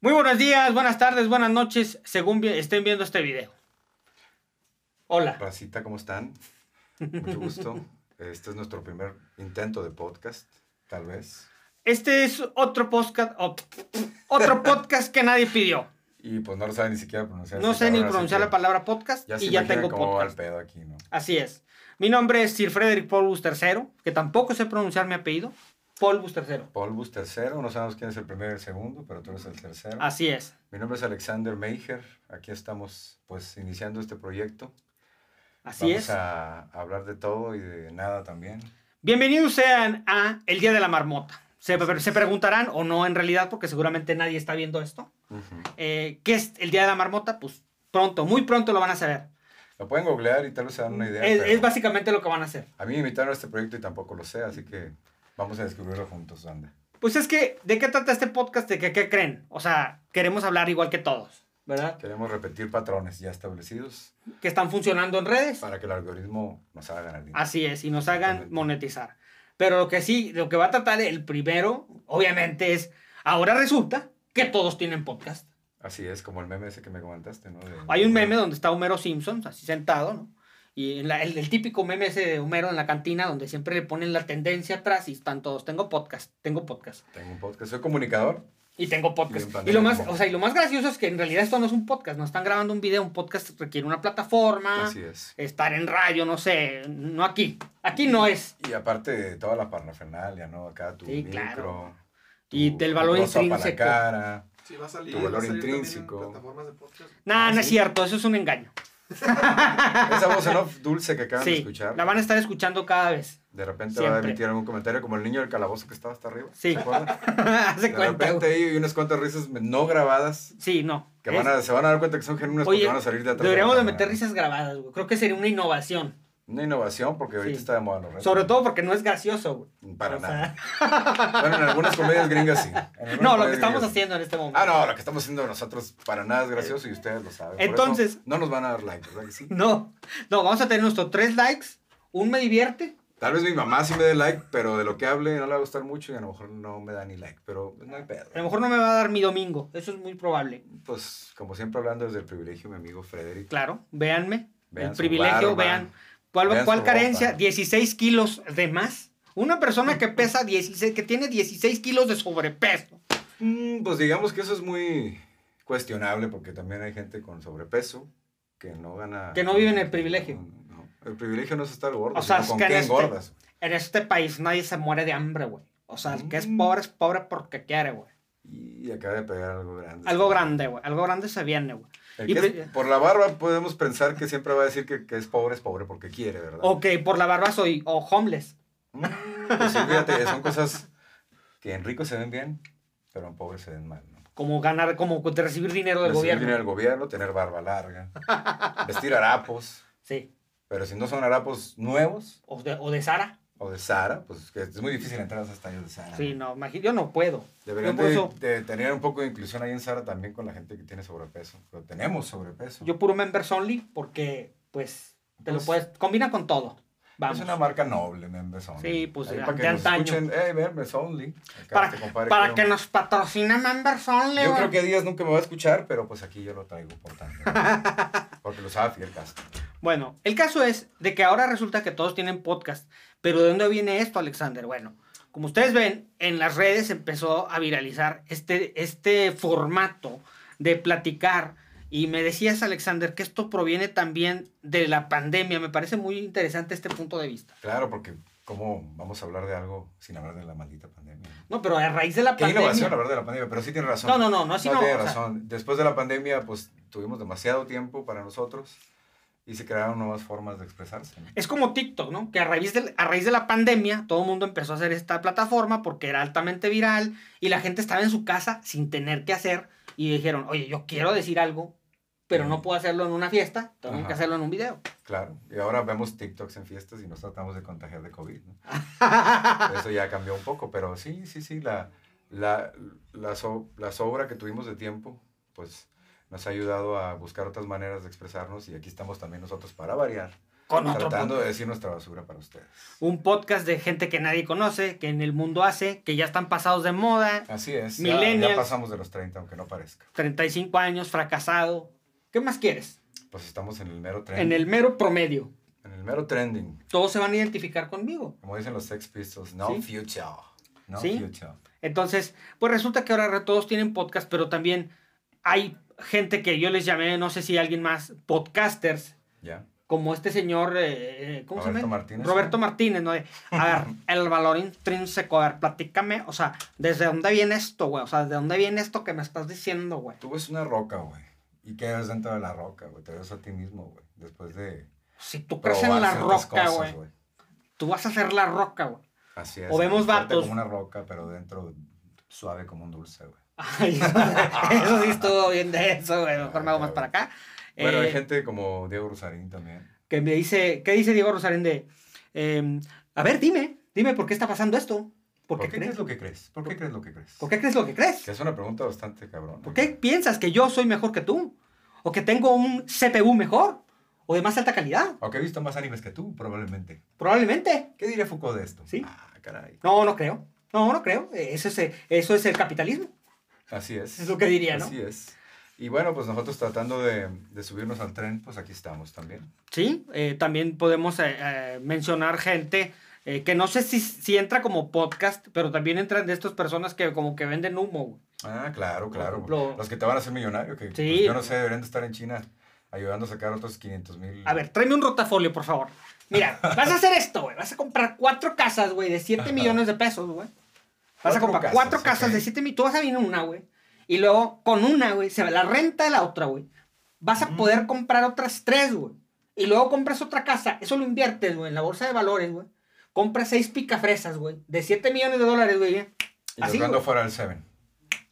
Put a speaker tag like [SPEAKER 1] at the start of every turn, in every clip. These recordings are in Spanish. [SPEAKER 1] Muy buenos días, buenas tardes, buenas noches, según vi- estén viendo este video. Hola.
[SPEAKER 2] Racita, ¿cómo están? Mucho gusto. Este es nuestro primer intento de podcast, tal vez.
[SPEAKER 1] Este es otro podcast, o- otro podcast que nadie pidió.
[SPEAKER 2] Y pues no lo saben ni siquiera pronunciar.
[SPEAKER 1] No
[SPEAKER 2] esta
[SPEAKER 1] sé ni
[SPEAKER 2] palabra, así
[SPEAKER 1] pronunciar
[SPEAKER 2] que
[SPEAKER 1] la palabra podcast
[SPEAKER 2] Ya se
[SPEAKER 1] y ya
[SPEAKER 2] imaginan
[SPEAKER 1] tengo
[SPEAKER 2] cómo va el
[SPEAKER 1] podcast.
[SPEAKER 2] pedo aquí, ¿no?
[SPEAKER 1] Así es. Mi nombre es Sir Frederick Paulbus III, que tampoco sé pronunciar mi apellido. Paulbus III.
[SPEAKER 2] Polbus tercero, no sabemos quién es el primero y el segundo, pero tú eres el tercero.
[SPEAKER 1] Así es.
[SPEAKER 2] Mi nombre es Alexander Meijer. Aquí estamos, pues, iniciando este proyecto.
[SPEAKER 1] Así
[SPEAKER 2] Vamos
[SPEAKER 1] es.
[SPEAKER 2] a hablar de todo y de nada también.
[SPEAKER 1] Bienvenidos sean a El Día de la Marmota. Se, se preguntarán, o no en realidad, porque seguramente nadie está viendo esto.
[SPEAKER 2] Ujú.
[SPEAKER 1] Eh, ¿Qué es el Día de la Marmota? Pues pronto, muy pronto lo van a saber.
[SPEAKER 2] Lo pueden googlear y tal vez se dan una idea.
[SPEAKER 1] es,
[SPEAKER 2] pero
[SPEAKER 1] es básicamente lo que van a hacer.
[SPEAKER 2] A mí me invitaron a este proyecto y tampoco lo sé, así que vamos a descubrirlo juntos, anda.
[SPEAKER 1] Pues es que, ¿de qué trata este podcast? ¿De qué, qué creen? O sea, queremos hablar igual que todos, ¿verdad?
[SPEAKER 2] Queremos repetir patrones ya establecidos
[SPEAKER 1] Que están funcionando en redes.
[SPEAKER 2] para que el algoritmo nos haga ganar dinero.
[SPEAKER 1] Así es, y nos hagan
[SPEAKER 2] Exactamente.
[SPEAKER 1] monetizar. Pero lo que sí, lo que va a tratar el primero, obviamente, es, ahora resulta que todos tienen podcast.
[SPEAKER 2] Así es, como el meme ese que me comentaste, ¿no? De-
[SPEAKER 1] Hay un meme donde está Homero Simpson, así sentado, ¿no? Y en la- el, el típico meme ese de Homero en la cantina, donde siempre le ponen la tendencia atrás y están todos, tengo podcast, tengo podcast,
[SPEAKER 2] Tengo un podcast, soy comunicador.
[SPEAKER 1] y tengo
[SPEAKER 2] Y
[SPEAKER 1] podcast.
[SPEAKER 2] un
[SPEAKER 1] Y,
[SPEAKER 2] pandero
[SPEAKER 1] lo más,
[SPEAKER 2] como-
[SPEAKER 1] o sea, y lo más gracioso es que en realidad esto no es un podcast, no están grabando un video, un podcast requiere una plataforma,
[SPEAKER 2] Así es.
[SPEAKER 1] estar en radio, no sé, no aquí, aquí no es.
[SPEAKER 2] Y aparte de toda la parnafernalia, ¿no? Acá tu
[SPEAKER 1] Sí,
[SPEAKER 2] micro.
[SPEAKER 1] claro.
[SPEAKER 2] tu-
[SPEAKER 1] Y del valor
[SPEAKER 2] tu rosa para la
[SPEAKER 1] intrínseco.
[SPEAKER 2] cara.
[SPEAKER 3] Sí, va a salir.
[SPEAKER 2] Tu valor
[SPEAKER 3] va a salir también
[SPEAKER 2] intrínseco.
[SPEAKER 3] En plataformas de podcast.
[SPEAKER 1] Nada,
[SPEAKER 2] Ah,
[SPEAKER 1] no es
[SPEAKER 2] ¿sí?
[SPEAKER 1] cierto, eso es un engaño.
[SPEAKER 2] Esa voz en off dulce que acaban de
[SPEAKER 1] Sí,
[SPEAKER 2] escuchar.
[SPEAKER 1] la van a estar escuchando cada vez.
[SPEAKER 2] De repente va a
[SPEAKER 1] siempre.
[SPEAKER 2] emitir algún comentario como el niño del calabozo que estaba hasta arriba.
[SPEAKER 1] Sí.
[SPEAKER 2] ¿se acuerdan?
[SPEAKER 1] Hace
[SPEAKER 2] De
[SPEAKER 1] cuenta.
[SPEAKER 2] repente
[SPEAKER 1] güey.
[SPEAKER 2] ahí hay unas cuantas risas no grabadas
[SPEAKER 1] Sí, no.
[SPEAKER 2] que
[SPEAKER 1] es-
[SPEAKER 2] van a, se van a dar cuenta que son genuinas
[SPEAKER 1] Oye,
[SPEAKER 2] porque van a salir de atrás. la
[SPEAKER 1] Deberíamos de
[SPEAKER 2] cámara,
[SPEAKER 1] meter
[SPEAKER 2] ¿no?
[SPEAKER 1] risas grabadas, güey. Creo que sería una innovación.
[SPEAKER 2] Una innovación porque ahorita
[SPEAKER 1] Sí.
[SPEAKER 2] está de moda los retos.
[SPEAKER 1] Sobre todo porque no es gracioso, güey.
[SPEAKER 2] Para
[SPEAKER 1] O sea,
[SPEAKER 2] nada. Bueno, en algunas comedias gringas sí. En algunas
[SPEAKER 1] No, lo
[SPEAKER 2] comedias
[SPEAKER 1] que estamos
[SPEAKER 2] gringas sí.
[SPEAKER 1] haciendo en este momento.
[SPEAKER 2] Ah, no, lo que estamos haciendo nosotros para nada es gracioso y ustedes lo saben. Por
[SPEAKER 1] Entonces-
[SPEAKER 2] eso no nos van a dar like, ¿verdad que sí?
[SPEAKER 1] No, no, vamos a tener nuestros tres likes. Un me divierte.
[SPEAKER 2] Tal vez mi mamá sí me dé like, pero de lo que hable no le va a gustar mucho y a lo mejor no me da ni like, pero pues, no hay pedo.
[SPEAKER 1] A lo mejor no me va a dar mi domingo. Eso es muy probable.
[SPEAKER 2] Pues, como siempre, hablando desde el privilegio, mi amigo Frederick.
[SPEAKER 1] Claro, véanme.
[SPEAKER 2] Vean
[SPEAKER 1] el
[SPEAKER 2] su
[SPEAKER 1] privilegio,
[SPEAKER 2] barba.
[SPEAKER 1] vean. ¿Cuál,
[SPEAKER 2] Vean
[SPEAKER 1] cuál
[SPEAKER 2] su
[SPEAKER 1] carencia?
[SPEAKER 2] ropa.
[SPEAKER 1] 16 kilos de más. Una persona que pesa 16, que tiene 16 kilos de sobrepeso.
[SPEAKER 2] Mm, pues digamos que eso es muy cuestionable porque también hay gente con sobrepeso que no gana.
[SPEAKER 1] Que no vive en el privilegio.
[SPEAKER 2] No, no. El privilegio no es estar gordo,
[SPEAKER 1] O sea,
[SPEAKER 2] sino
[SPEAKER 1] es
[SPEAKER 2] con
[SPEAKER 1] que en
[SPEAKER 2] qué
[SPEAKER 1] este-
[SPEAKER 2] engordas.
[SPEAKER 1] En este país nadie se muere de hambre, güey. O sea, el que es
[SPEAKER 2] Mm.
[SPEAKER 1] pobre es pobre porque quiere, güey.
[SPEAKER 2] Y acaba de pegar algo grande.
[SPEAKER 1] Algo grande, güey. Algo grande se viene, güey.
[SPEAKER 2] El
[SPEAKER 1] Y
[SPEAKER 2] que
[SPEAKER 1] pre-
[SPEAKER 2] es- por la barba podemos pensar que siempre va a decir que, que es pobre, es pobre porque quiere, ¿verdad?
[SPEAKER 1] Ok, por la barba soy o homeless.
[SPEAKER 2] Mm, Pues sí, fíjate, son cosas que en ricos se ven bien, pero en pobres se ven mal, ¿no?
[SPEAKER 1] Como ganar, como de recibir dinero del
[SPEAKER 2] Recibir
[SPEAKER 1] gobierno.
[SPEAKER 2] dinero del gobierno, tener barba larga, vestir harapos,
[SPEAKER 1] Sí.
[SPEAKER 2] pero si no son harapos nuevos
[SPEAKER 1] O de, o de Sara.
[SPEAKER 2] o de Sara, pues que es muy difícil entrar a esos tallos de Sara.
[SPEAKER 1] Sí, no, imagi- yo no puedo.
[SPEAKER 2] Deberían
[SPEAKER 1] Yo por
[SPEAKER 2] de,
[SPEAKER 1] eso-
[SPEAKER 2] de tener un poco de inclusión ahí en Sara también con la gente que tiene sobrepeso. Pero tenemos sobrepeso.
[SPEAKER 1] Yo puro members only porque, pues, te lo
[SPEAKER 2] Pues-
[SPEAKER 1] puedes. Combina con todo. Vamos.
[SPEAKER 2] Es una marca noble, Members Only.
[SPEAKER 1] Sí, pues,
[SPEAKER 2] Ahí
[SPEAKER 1] de
[SPEAKER 2] para que nos
[SPEAKER 1] antaño.
[SPEAKER 2] escuchen, eh, Members Only. Acá
[SPEAKER 1] para
[SPEAKER 2] este compadre
[SPEAKER 1] para
[SPEAKER 2] creo-
[SPEAKER 1] que nos patrocine members only,
[SPEAKER 2] Yo
[SPEAKER 1] güey.
[SPEAKER 2] creo que Díaz nunca me va a escuchar, pero pues aquí yo lo traigo por tanto. ¿no? Porque lo sabe Fidel Castro.
[SPEAKER 1] Bueno, el caso es de que ahora resulta que todos tienen podcast. Pero ¿de dónde viene esto, Alexander? Bueno, como ustedes ven, en las redes empezó a viralizar este, este formato de platicar. Y me decías, Alexander, que esto proviene también de la pandemia. Me parece muy interesante este punto de vista.
[SPEAKER 2] Claro, porque ¿cómo vamos a hablar de algo sin hablar de la maldita pandemia?
[SPEAKER 1] No, pero a raíz de la
[SPEAKER 2] Qué innovación
[SPEAKER 1] pandemia.
[SPEAKER 2] hablar de la pandemia, pero sí tiene razón.
[SPEAKER 1] No, no, no, no es
[SPEAKER 2] No, tiene
[SPEAKER 1] innovación.
[SPEAKER 2] razón. Después de la pandemia, pues tuvimos demasiado tiempo para nosotros y se crearon nuevas formas de expresarse. ¿no?
[SPEAKER 1] Es como TikTok, ¿no? Que a raíz, de, a raíz de la pandemia todo el mundo empezó a hacer esta plataforma porque era altamente viral y la gente estaba en su casa sin tener que hacer y dijeron, oye, yo quiero decir algo, pero no puedo hacerlo en una fiesta, tengo que
[SPEAKER 2] Ajá.
[SPEAKER 1] hacerlo en un video.
[SPEAKER 2] Claro. Y ahora vemos TikToks en fiestas y nos tratamos de contagiar de COVID. ¿no? Eso ya cambió un poco, pero sí, sí, sí, la, la, la, so- la sobra que tuvimos de tiempo, pues nos ha ayudado a buscar otras maneras de expresarnos y aquí estamos también nosotros para variar.
[SPEAKER 1] con otro
[SPEAKER 2] tratando de
[SPEAKER 1] podcast.
[SPEAKER 2] decir nuestra basura para ustedes.
[SPEAKER 1] Un podcast de gente que nadie conoce, que en el mundo hace, que ya están pasados de moda,
[SPEAKER 2] Así es. ya- Ya,
[SPEAKER 1] Millennials.
[SPEAKER 2] pasamos de los 30, aunque no parezca.
[SPEAKER 1] 35 años, fracasado. ¿Qué más quieres?
[SPEAKER 2] Pues estamos en el mero trending.
[SPEAKER 1] En el mero promedio.
[SPEAKER 2] en el mero trending.
[SPEAKER 1] Todos se van a identificar conmigo.
[SPEAKER 2] Como dicen los Sex Pistols, no
[SPEAKER 1] Sí.
[SPEAKER 2] future. No
[SPEAKER 1] Sí.
[SPEAKER 2] future.
[SPEAKER 1] Entonces, pues resulta que ahora todos tienen podcast, pero también hay gente que yo les llamé, no sé si alguien más, podcasters,
[SPEAKER 2] Ya.
[SPEAKER 1] como este señor, eh, eh, ¿cómo se
[SPEAKER 2] Roberto
[SPEAKER 1] llama?
[SPEAKER 2] Martínez.
[SPEAKER 1] Roberto Martínez, ¿no? De, a ver, el valor intrínseco, a ver, platícame, o sea, ¿desde dónde viene esto, güey? O sea, ¿de dónde viene esto que me estás diciendo, güey?
[SPEAKER 2] Tú ves una roca, güey. ¿Y qué ves dentro de la roca, güey? Te ves a ti mismo, güey. Después de.
[SPEAKER 1] Si tú crees
[SPEAKER 2] probar
[SPEAKER 1] en la
[SPEAKER 2] ciertas
[SPEAKER 1] roca,
[SPEAKER 2] cosas,
[SPEAKER 1] güey, tú vas a ser la roca, güey.
[SPEAKER 2] Así es.
[SPEAKER 1] O vemos
[SPEAKER 2] fuerte
[SPEAKER 1] vatos.
[SPEAKER 2] Como una roca, pero dentro suave como un dulce, güey.
[SPEAKER 1] Ay, eso sí estuvo bien de eso, güey. Mejor me hago más para acá.
[SPEAKER 2] Bueno,
[SPEAKER 1] Eh,
[SPEAKER 2] hay gente como Diego Rosarín también.
[SPEAKER 1] que me dice, ¿qué dice Diego Rosarín de, em, a ver, dime, dime por qué está pasando esto? ¿Por qué, crees?
[SPEAKER 2] crees lo que crees? ¿Por qué crees lo que crees?
[SPEAKER 1] ¿Por qué crees lo que crees?
[SPEAKER 2] Que es una pregunta bastante cabrona.
[SPEAKER 1] ¿Por qué piensas que yo soy mejor que tú? ¿O que tengo un CPU mejor? ¿O de más alta calidad?
[SPEAKER 2] Aunque he visto más animes que tú, probablemente.
[SPEAKER 1] Probablemente.
[SPEAKER 2] ¿Qué diría Foucault de esto?
[SPEAKER 1] Sí.
[SPEAKER 2] Ah, caray.
[SPEAKER 1] No, no creo. No, no creo. Eh, Eso es, eh, eso es el capitalismo.
[SPEAKER 2] Así es.
[SPEAKER 1] Es lo que diría, ¿no?
[SPEAKER 2] Así es. Y bueno, pues nosotros tratando de, de subirnos al tren, pues aquí estamos también.
[SPEAKER 1] Sí, eh, también podemos eh, eh, mencionar gente eh, que no sé si, si entra como podcast, pero también entran de estas personas que como que venden humo. güey.
[SPEAKER 2] Ah, claro,
[SPEAKER 1] Por
[SPEAKER 2] claro.
[SPEAKER 1] ejemplo-
[SPEAKER 2] Los que te van a hacer millonario, que pues,
[SPEAKER 1] Sí.
[SPEAKER 2] yo no sé, deberían de estar en China ayudando a sacar otros 500 mil.
[SPEAKER 1] A ver, tráeme un rotafolio, por favor. Mira, vas a hacer esto, güey. Vas a comprar cuatro casas, güey, de 7 millones de pesos, güey. Vas a
[SPEAKER 2] Cuatro
[SPEAKER 1] comprar
[SPEAKER 2] casas,
[SPEAKER 1] cuatro casas
[SPEAKER 2] ok.
[SPEAKER 1] de 7 millones. Tú vas a venir una, güey. Y luego, con una, güey, se va la renta de la otra, güey. Vas
[SPEAKER 2] Mm.
[SPEAKER 1] a poder comprar otras tres, güey. Y luego compras otra casa. Eso lo inviertes, güey, en la bolsa de valores, güey. Compras seis picafresas, güey, de 7 millones de dólares, güey. ya.
[SPEAKER 2] Y
[SPEAKER 1] así,
[SPEAKER 2] jugando
[SPEAKER 1] güey.
[SPEAKER 2] fuera del Seven.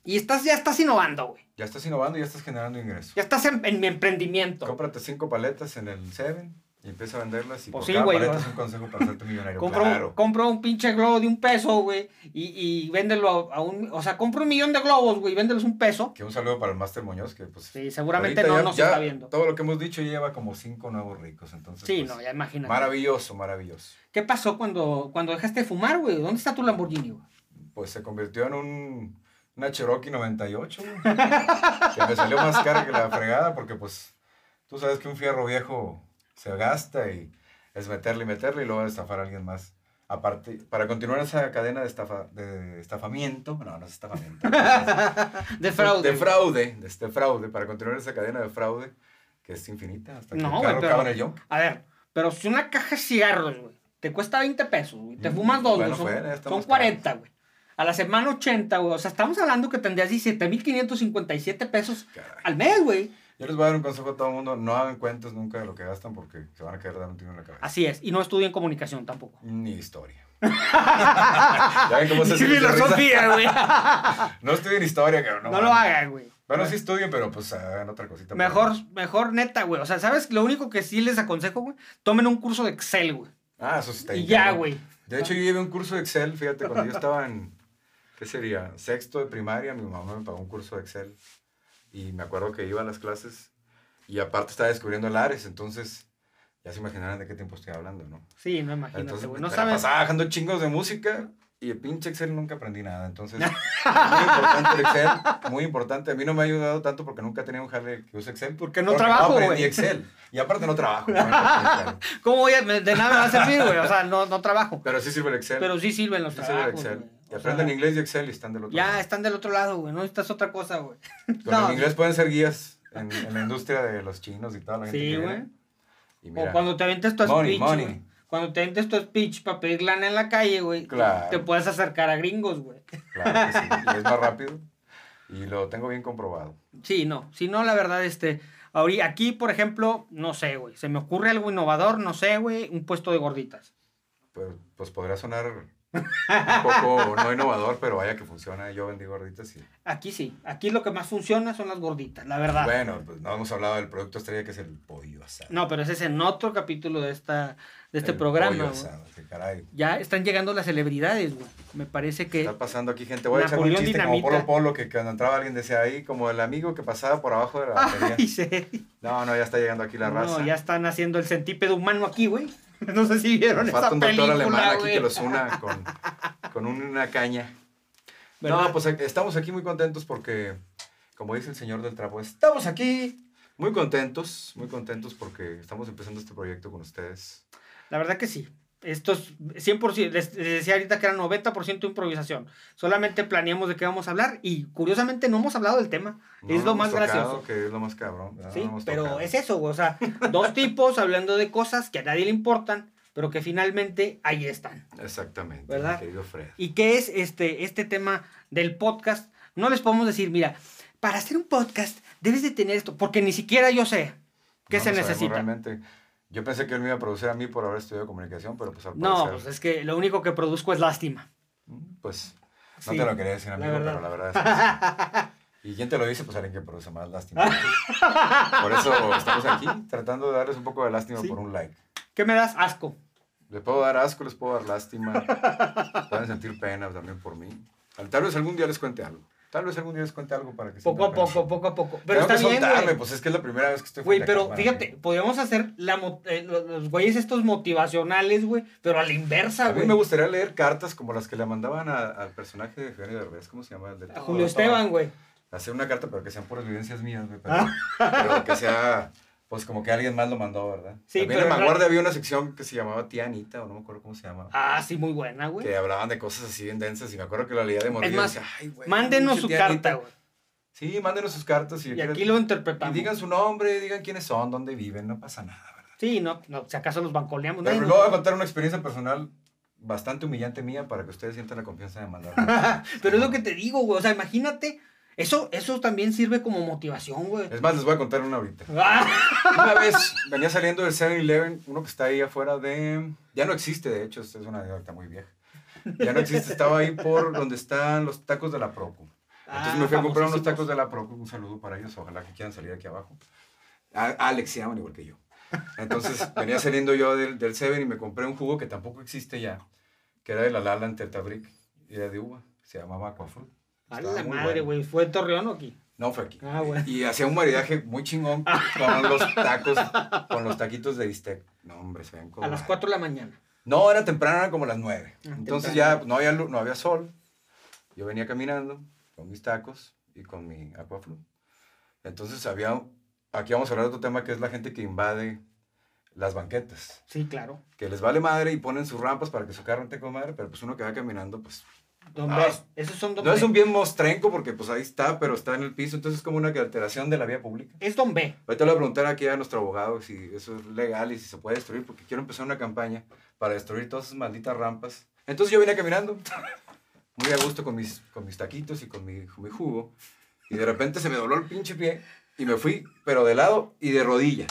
[SPEAKER 1] Y estás, ya estás innovando, güey.
[SPEAKER 2] Ya estás innovando y ya estás generando ingresos.
[SPEAKER 1] Ya estás en, en mi emprendimiento.
[SPEAKER 2] Cómprate cinco paletas en el Seven y empieza a venderlas. Y
[SPEAKER 1] Pues
[SPEAKER 2] por
[SPEAKER 1] sí,
[SPEAKER 2] cada
[SPEAKER 1] güey,
[SPEAKER 2] paleta
[SPEAKER 1] yo-
[SPEAKER 2] es un consejo para hacerte millonario.
[SPEAKER 1] Compro,
[SPEAKER 2] claro.
[SPEAKER 1] compro un pinche globo de un peso, güey, y, y véndelo a, a un... O sea, compro un millón de globos, güey, y véndelos un peso.
[SPEAKER 2] Que un saludo para el Master Muñoz, que pues...
[SPEAKER 1] Sí, seguramente
[SPEAKER 2] ahorita
[SPEAKER 1] no
[SPEAKER 2] ya-
[SPEAKER 1] nos
[SPEAKER 2] ya
[SPEAKER 1] está viendo.
[SPEAKER 2] Todo lo que hemos dicho lleva como cinco nuevos ricos, entonces...
[SPEAKER 1] Sí,
[SPEAKER 2] pues,
[SPEAKER 1] no, ya imagínate.
[SPEAKER 2] Maravilloso, maravilloso.
[SPEAKER 1] ¿Qué pasó cuando, cuando dejaste de fumar, güey? ¿Dónde está tu Lamborghini, güey?
[SPEAKER 2] Pues se convirtió en un... Una Cherokee 98, güey. que me salió más cara que la fregada, porque pues... Tú sabes que un fierro viejo se gasta y es meterle y meterle y luego estafar a alguien más. Aparte, para continuar esa cadena de, estafa, de estafamiento, no, no es estafamiento.
[SPEAKER 1] De fraude.
[SPEAKER 2] De fraude, de este fraude, para continuar esa cadena de fraude que es infinita hasta que
[SPEAKER 1] No,
[SPEAKER 2] el
[SPEAKER 1] güey,
[SPEAKER 2] carro
[SPEAKER 1] pero-
[SPEAKER 2] acaba en el yonk.
[SPEAKER 1] A ver, pero si una caja de cigarros, güey, te cuesta 20 pesos, güey, te
[SPEAKER 2] Mm,
[SPEAKER 1] fumas dos, güey,
[SPEAKER 2] bueno,
[SPEAKER 1] son,
[SPEAKER 2] bueno, ya
[SPEAKER 1] son
[SPEAKER 2] estamos
[SPEAKER 1] 40, güey. A la semana 80, güey. O sea, estamos hablando que tendrías 17.557 pesos
[SPEAKER 2] Caray.
[SPEAKER 1] al mes, güey.
[SPEAKER 2] Yo les voy a dar un consejo a todo el mundo, no hagan cuentas nunca de lo que gastan porque se van a quedar dar un tiro en la cabeza.
[SPEAKER 1] Así es. Y no estudien comunicación tampoco.
[SPEAKER 2] Ni historia. ya ven cómo se
[SPEAKER 1] Sí,
[SPEAKER 2] hace risa.
[SPEAKER 1] filosofía, güey.
[SPEAKER 2] No estudien historia, cabrón.
[SPEAKER 1] No,
[SPEAKER 2] No,
[SPEAKER 1] lo
[SPEAKER 2] mames.
[SPEAKER 1] hagan, güey.
[SPEAKER 2] Bueno, sí estudien, pero pues hagan otra cosita.
[SPEAKER 1] Mejor, mejor neta, güey. O sea, ¿sabes? Lo único que sí les aconsejo, güey, tomen un curso de Excel, güey.
[SPEAKER 2] Ah, eso sí está
[SPEAKER 1] Y
[SPEAKER 2] bien,
[SPEAKER 1] ya,
[SPEAKER 2] cabrón.
[SPEAKER 1] güey.
[SPEAKER 2] De hecho, yo llevé un curso de Excel, fíjate, cuando yo estaba en, ¿qué sería? Sexto de primaria, mi mamá me pagó un curso de Excel. Y me acuerdo que iba a las clases y aparte estaba descubriendo el Ares, entonces ya se imaginarán de qué tiempo estoy hablando, ¿no?
[SPEAKER 1] Sí, no imagínate,
[SPEAKER 2] Entonces
[SPEAKER 1] güey.
[SPEAKER 2] pues,
[SPEAKER 1] No
[SPEAKER 2] me la
[SPEAKER 1] sabes.
[SPEAKER 2] pasaba bajando chingos de música y el pinche Excel nunca aprendí nada. Entonces, muy importante el Excel, muy importante. A mí no me ha ayudado tanto porque nunca he tenido un jale que use Excel.
[SPEAKER 1] Porque no trabajo,
[SPEAKER 2] aprendí
[SPEAKER 1] güey.
[SPEAKER 2] Excel. Y aparte no trabajo. no aprendí Excel.
[SPEAKER 1] ¿Cómo voy a.? me- De nada me va a servir, güey. O sea, no, no trabajo.
[SPEAKER 2] Pero sí sirve el Excel.
[SPEAKER 1] Pero sí sirven los
[SPEAKER 2] Sí sirve el
[SPEAKER 1] trabajos.
[SPEAKER 2] Excel.
[SPEAKER 1] güey.
[SPEAKER 2] Y
[SPEAKER 1] O
[SPEAKER 2] aprenden
[SPEAKER 1] sea,
[SPEAKER 2] inglés y Excel y están del otro lado.
[SPEAKER 1] Ya están del otro lado, güey. No necesitas otra cosa, güey.
[SPEAKER 2] Con
[SPEAKER 1] No.
[SPEAKER 2] el inglés pueden ser guías en, en la industria de los chinos y toda la gente.
[SPEAKER 1] Sí,
[SPEAKER 2] que
[SPEAKER 1] güey.
[SPEAKER 2] viene. Y
[SPEAKER 1] O
[SPEAKER 2] mira,
[SPEAKER 1] cuando te avientes tu
[SPEAKER 2] Money,
[SPEAKER 1] speech.
[SPEAKER 2] money.
[SPEAKER 1] güey. Cuando te avientes tu speech para pedir lana en la calle, güey.
[SPEAKER 2] Claro.
[SPEAKER 1] Te puedes acercar a gringos, güey.
[SPEAKER 2] claro que sí, y es más rápido. Y lo tengo bien comprobado.
[SPEAKER 1] Sí, no. Si no, la verdad, este. ahori- Aquí, por ejemplo, no sé, güey. Se me ocurre algo innovador, no sé, güey. Un puesto de gorditas.
[SPEAKER 2] Pues, pues podría sonar un poco no innovador, pero vaya que funciona. Yo bendigo ahorita sí.
[SPEAKER 1] Aquí sí. Aquí lo que más funciona son las gorditas, la verdad.
[SPEAKER 2] Bueno, pues no hemos hablado del producto estrella que es el pollo asado.
[SPEAKER 1] No, pero ese es en otro capítulo de esta, de este
[SPEAKER 2] El
[SPEAKER 1] programa.
[SPEAKER 2] pollo
[SPEAKER 1] güey.
[SPEAKER 2] asado, que caray.
[SPEAKER 1] Ya están llegando las celebridades, güey. Me parece que.
[SPEAKER 2] Está pasando aquí gente. Voy a echar un
[SPEAKER 1] Napoleón
[SPEAKER 2] chiste como
[SPEAKER 1] Dinamita.
[SPEAKER 2] Polo Polo, que cuando entraba alguien decía ahí, como el amigo que pasaba por abajo de la batería.
[SPEAKER 1] Ay, sí.
[SPEAKER 2] No, no, ya está llegando aquí la raza.
[SPEAKER 1] No, ya están haciendo el centípedo humano aquí, güey. No sé si vieron
[SPEAKER 2] Nos
[SPEAKER 1] esa
[SPEAKER 2] falta un doctor
[SPEAKER 1] película,
[SPEAKER 2] alemán aquí
[SPEAKER 1] güey.
[SPEAKER 2] que los una con, con un- una caña.
[SPEAKER 1] ¿Verdad?
[SPEAKER 2] No, pues aquí- estamos aquí muy contentos porque, como dice el señor del trapo, estamos aquí muy contentos, muy contentos porque estamos empezando este proyecto con ustedes.
[SPEAKER 1] La verdad que sí. Esto es 100%, les, les decía ahorita que era 90% improvisación. Solamente planeamos de qué vamos a hablar y curiosamente no hemos hablado del tema.
[SPEAKER 2] No
[SPEAKER 1] es lo
[SPEAKER 2] hemos
[SPEAKER 1] más
[SPEAKER 2] tocado,
[SPEAKER 1] gracioso.
[SPEAKER 2] Que es lo más cabrón. ¿verdad? No
[SPEAKER 1] sí,
[SPEAKER 2] hemos
[SPEAKER 1] pero
[SPEAKER 2] tocado.
[SPEAKER 1] es eso, güey. O sea, dos tipos hablando de cosas que a nadie le importan, pero que finalmente ahí están.
[SPEAKER 2] Exactamente,
[SPEAKER 1] ¿Verdad?
[SPEAKER 2] mi querido Fred.
[SPEAKER 1] ¿Y qué es este, este tema del podcast? No les podemos decir, mira, para hacer un podcast debes de tener esto, porque ni siquiera yo sé qué
[SPEAKER 2] No
[SPEAKER 1] se
[SPEAKER 2] lo sabemos
[SPEAKER 1] necesita.
[SPEAKER 2] Realmente, yo pensé que él me iba a producir a mí por haber estudiado comunicación, pero pues al
[SPEAKER 1] No, pues
[SPEAKER 2] parecer,
[SPEAKER 1] es que lo único que produzco es lástima.
[SPEAKER 2] mm, pues, no
[SPEAKER 1] Sí,
[SPEAKER 2] te lo quería decir,
[SPEAKER 1] la
[SPEAKER 2] amigo,
[SPEAKER 1] verdad.
[SPEAKER 2] pero la verdad es que sí. ¿Y quién te lo dice? Pues alguien que produce más lástima. por eso estamos aquí, tratando de darles un poco de lástima
[SPEAKER 1] Sí.
[SPEAKER 2] por un like.
[SPEAKER 1] ¿Qué me das? Asco.
[SPEAKER 2] Les puedo dar asco, les puedo dar lástima. Pueden sentir pena también por mí. Tal- Tal vez algún día les cuente algo. Tal vez algún día les cuente algo para que
[SPEAKER 1] Poco a
[SPEAKER 2] sientan pena.
[SPEAKER 1] poco, poco a poco. Pero
[SPEAKER 2] Tengo que
[SPEAKER 1] está bien,
[SPEAKER 2] soltarme,
[SPEAKER 1] güey.
[SPEAKER 2] pues es que es la primera vez que estoy
[SPEAKER 1] Güey,
[SPEAKER 2] frente a
[SPEAKER 1] pero
[SPEAKER 2] cámara,
[SPEAKER 1] fíjate, podríamos hacer la mo- eh, los, los güeyes estos motivacionales, güey, pero a la inversa,
[SPEAKER 2] A mí
[SPEAKER 1] güey.
[SPEAKER 2] me gustaría leer cartas como las que le mandaban a- al personaje de Eugenio Derbez, ¿cómo se llama? El de
[SPEAKER 1] A
[SPEAKER 2] Todo,
[SPEAKER 1] Julio
[SPEAKER 2] Todo.
[SPEAKER 1] Esteban, güey.
[SPEAKER 2] Hacer una carta, pero que sean puras vivencias mías, güey, pero, pero que sea, pues como que alguien más lo mandó, ¿verdad?
[SPEAKER 1] Ah. Sí,
[SPEAKER 2] También
[SPEAKER 1] pero
[SPEAKER 2] en
[SPEAKER 1] en
[SPEAKER 2] Vanguardia había una sección que se llamaba Tía Anita, o no me acuerdo cómo se llamaba,
[SPEAKER 1] Ah, sí, muy buena, güey.
[SPEAKER 2] que hablaban de cosas así bien densas, y me acuerdo que la leía de morir.
[SPEAKER 1] más, Mándenos su carta, güey.
[SPEAKER 2] Sí, mándenos sus cartas. Y,
[SPEAKER 1] Y
[SPEAKER 2] yo
[SPEAKER 1] aquí
[SPEAKER 2] quiero-
[SPEAKER 1] lo
[SPEAKER 2] y
[SPEAKER 1] interpretamos.
[SPEAKER 2] digan su nombre, digan quiénes son, dónde viven, no pasa nada, ¿verdad?
[SPEAKER 1] Sí, no, no, si acaso los bancoleamos. Pues
[SPEAKER 2] Pero
[SPEAKER 1] nadie
[SPEAKER 2] les
[SPEAKER 1] nos-
[SPEAKER 2] voy a contar una experiencia personal bastante humillante mía para que ustedes sientan la confianza de mandarme.
[SPEAKER 1] Pero es lo que te digo, güey. O sea, imagínate. Eso, eso también sirve como motivación, güey.
[SPEAKER 2] Es más, les voy a contar una ahorita.
[SPEAKER 1] Ah,
[SPEAKER 2] Una vez venía saliendo del 7-Eleven, uno que está ahí afuera de... Ya no existe, de hecho, esta es una anécdota muy vieja. Ya no existe, estaba ahí por donde están los tacos de la Procu.
[SPEAKER 1] ah,
[SPEAKER 2] Entonces me fui a comprar unos
[SPEAKER 1] famosísimos.
[SPEAKER 2] tacos de la Procu, un saludo para ellos, ojalá que quieran salir aquí abajo. A- Alex se llaman igual que yo. Entonces venía saliendo yo del, del Seven y me compré un jugo que tampoco existe ya, que era de la Lala en Tetabric, y era de uva, se llamaba Aquafruit.
[SPEAKER 1] A
[SPEAKER 2] Estaba
[SPEAKER 1] la
[SPEAKER 2] muy
[SPEAKER 1] madre,
[SPEAKER 2] bueno.
[SPEAKER 1] güey. ¿Fue en Torreón o aquí?
[SPEAKER 2] No, fue aquí.
[SPEAKER 1] Ah, bueno.
[SPEAKER 2] Y hacía un maridaje muy chingón con los tacos, con los taquitos de bistec. No, hombre, se ven como...
[SPEAKER 1] A las 4 de la mañana.
[SPEAKER 2] No, era temprano, era como las 9.
[SPEAKER 1] Ah,
[SPEAKER 2] Entonces
[SPEAKER 1] temprano.
[SPEAKER 2] ya pues, no había, lu- no había sol. Yo venía caminando con mis tacos y con mi aquaflu. Entonces había... Aquí vamos a hablar de otro tema que es la gente que invade las banquetas.
[SPEAKER 1] Sí, claro.
[SPEAKER 2] Que les vale madre y ponen sus rampas para que su carro no te coma madre, pero pues uno que va caminando, pues...
[SPEAKER 1] Don
[SPEAKER 2] Ah.
[SPEAKER 1] Blas, Esos son Don
[SPEAKER 2] No
[SPEAKER 1] B.
[SPEAKER 2] es un bien mostrenco porque pues ahí está, pero está en el piso, entonces es como una alteración de la vía pública.
[SPEAKER 1] Es Don B.
[SPEAKER 2] Ahorita le voy a preguntar aquí a nuestro abogado si eso es legal y si se puede destruir, porque quiero empezar una campaña para destruir todas esas malditas rampas. Entonces yo venía caminando, muy a gusto con mis, con mis taquitos y con mi, mi jugo, y de repente se me dobló el pinche pie y me fui, pero de lado y de rodilla.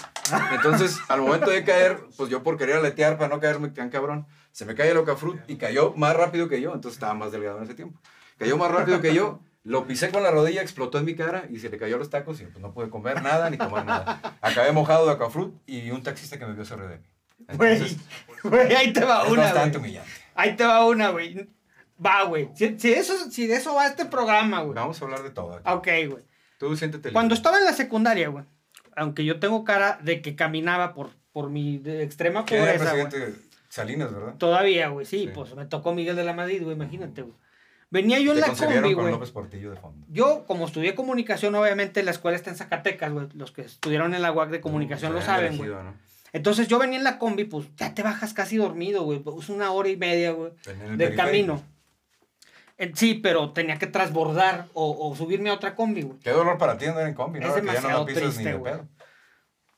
[SPEAKER 2] Entonces, al momento de caer, pues yo por querer aletear para no caerme tan cabrón, se me cae el ocafrut y cayó más rápido que yo, entonces estaba más delgado en ese tiempo. Cayó más rápido que yo, lo pisé con la rodilla, explotó en mi cara y se le cayó los tacos y pues no pude comer nada ni tomar nada. Acabé mojado de ocafrut y un taxista que me vio se rió de mí. Entonces,
[SPEAKER 1] Güey, güey, ahí te va
[SPEAKER 2] es
[SPEAKER 1] Ah, una.
[SPEAKER 2] bastante
[SPEAKER 1] güey.
[SPEAKER 2] humillante.
[SPEAKER 1] Ahí te va una, güey. Va, güey. Si, si eso, si de eso va este programa, güey.
[SPEAKER 2] Vamos a hablar de todo. aquí.
[SPEAKER 1] Ok, güey.
[SPEAKER 2] Tú siéntete libre.
[SPEAKER 1] Ah, Cuando estaba en la secundaria, güey, aunque yo tengo cara de que caminaba por, por mi de- extrema
[SPEAKER 2] ¿Quién era el
[SPEAKER 1] pobreza, güey.
[SPEAKER 2] presidente Salinas, verdad?
[SPEAKER 1] Todavía, güey, sí,
[SPEAKER 2] Sí.
[SPEAKER 1] pues me tocó Miguel de la Madrid, güey, imagínate, güey. Venía yo en
[SPEAKER 2] Te
[SPEAKER 1] la combi,
[SPEAKER 2] concebieron con
[SPEAKER 1] güey.
[SPEAKER 2] López Portillo de fondo.
[SPEAKER 1] Yo, como estudié comunicación, obviamente la escuela está en Zacatecas, güey. Los que estudiaron en la UAC de comunicación lo
[SPEAKER 2] Habían
[SPEAKER 1] saben, güey.
[SPEAKER 2] elegido, ¿no?
[SPEAKER 1] Entonces yo venía en la combi, pues ya te bajas casi dormido, güey. Es una hora y media, güey.
[SPEAKER 2] En el
[SPEAKER 1] del
[SPEAKER 2] periférico.
[SPEAKER 1] camino. Eh, Sí, pero tenía que transbordar o, o subirme a otra combi, güey.
[SPEAKER 2] Qué dolor para ti andar en combi, ¿no?
[SPEAKER 1] Es
[SPEAKER 2] Ahora que ya no
[SPEAKER 1] demasiado
[SPEAKER 2] la pisas
[SPEAKER 1] triste,
[SPEAKER 2] ni de
[SPEAKER 1] güey.
[SPEAKER 2] pedo.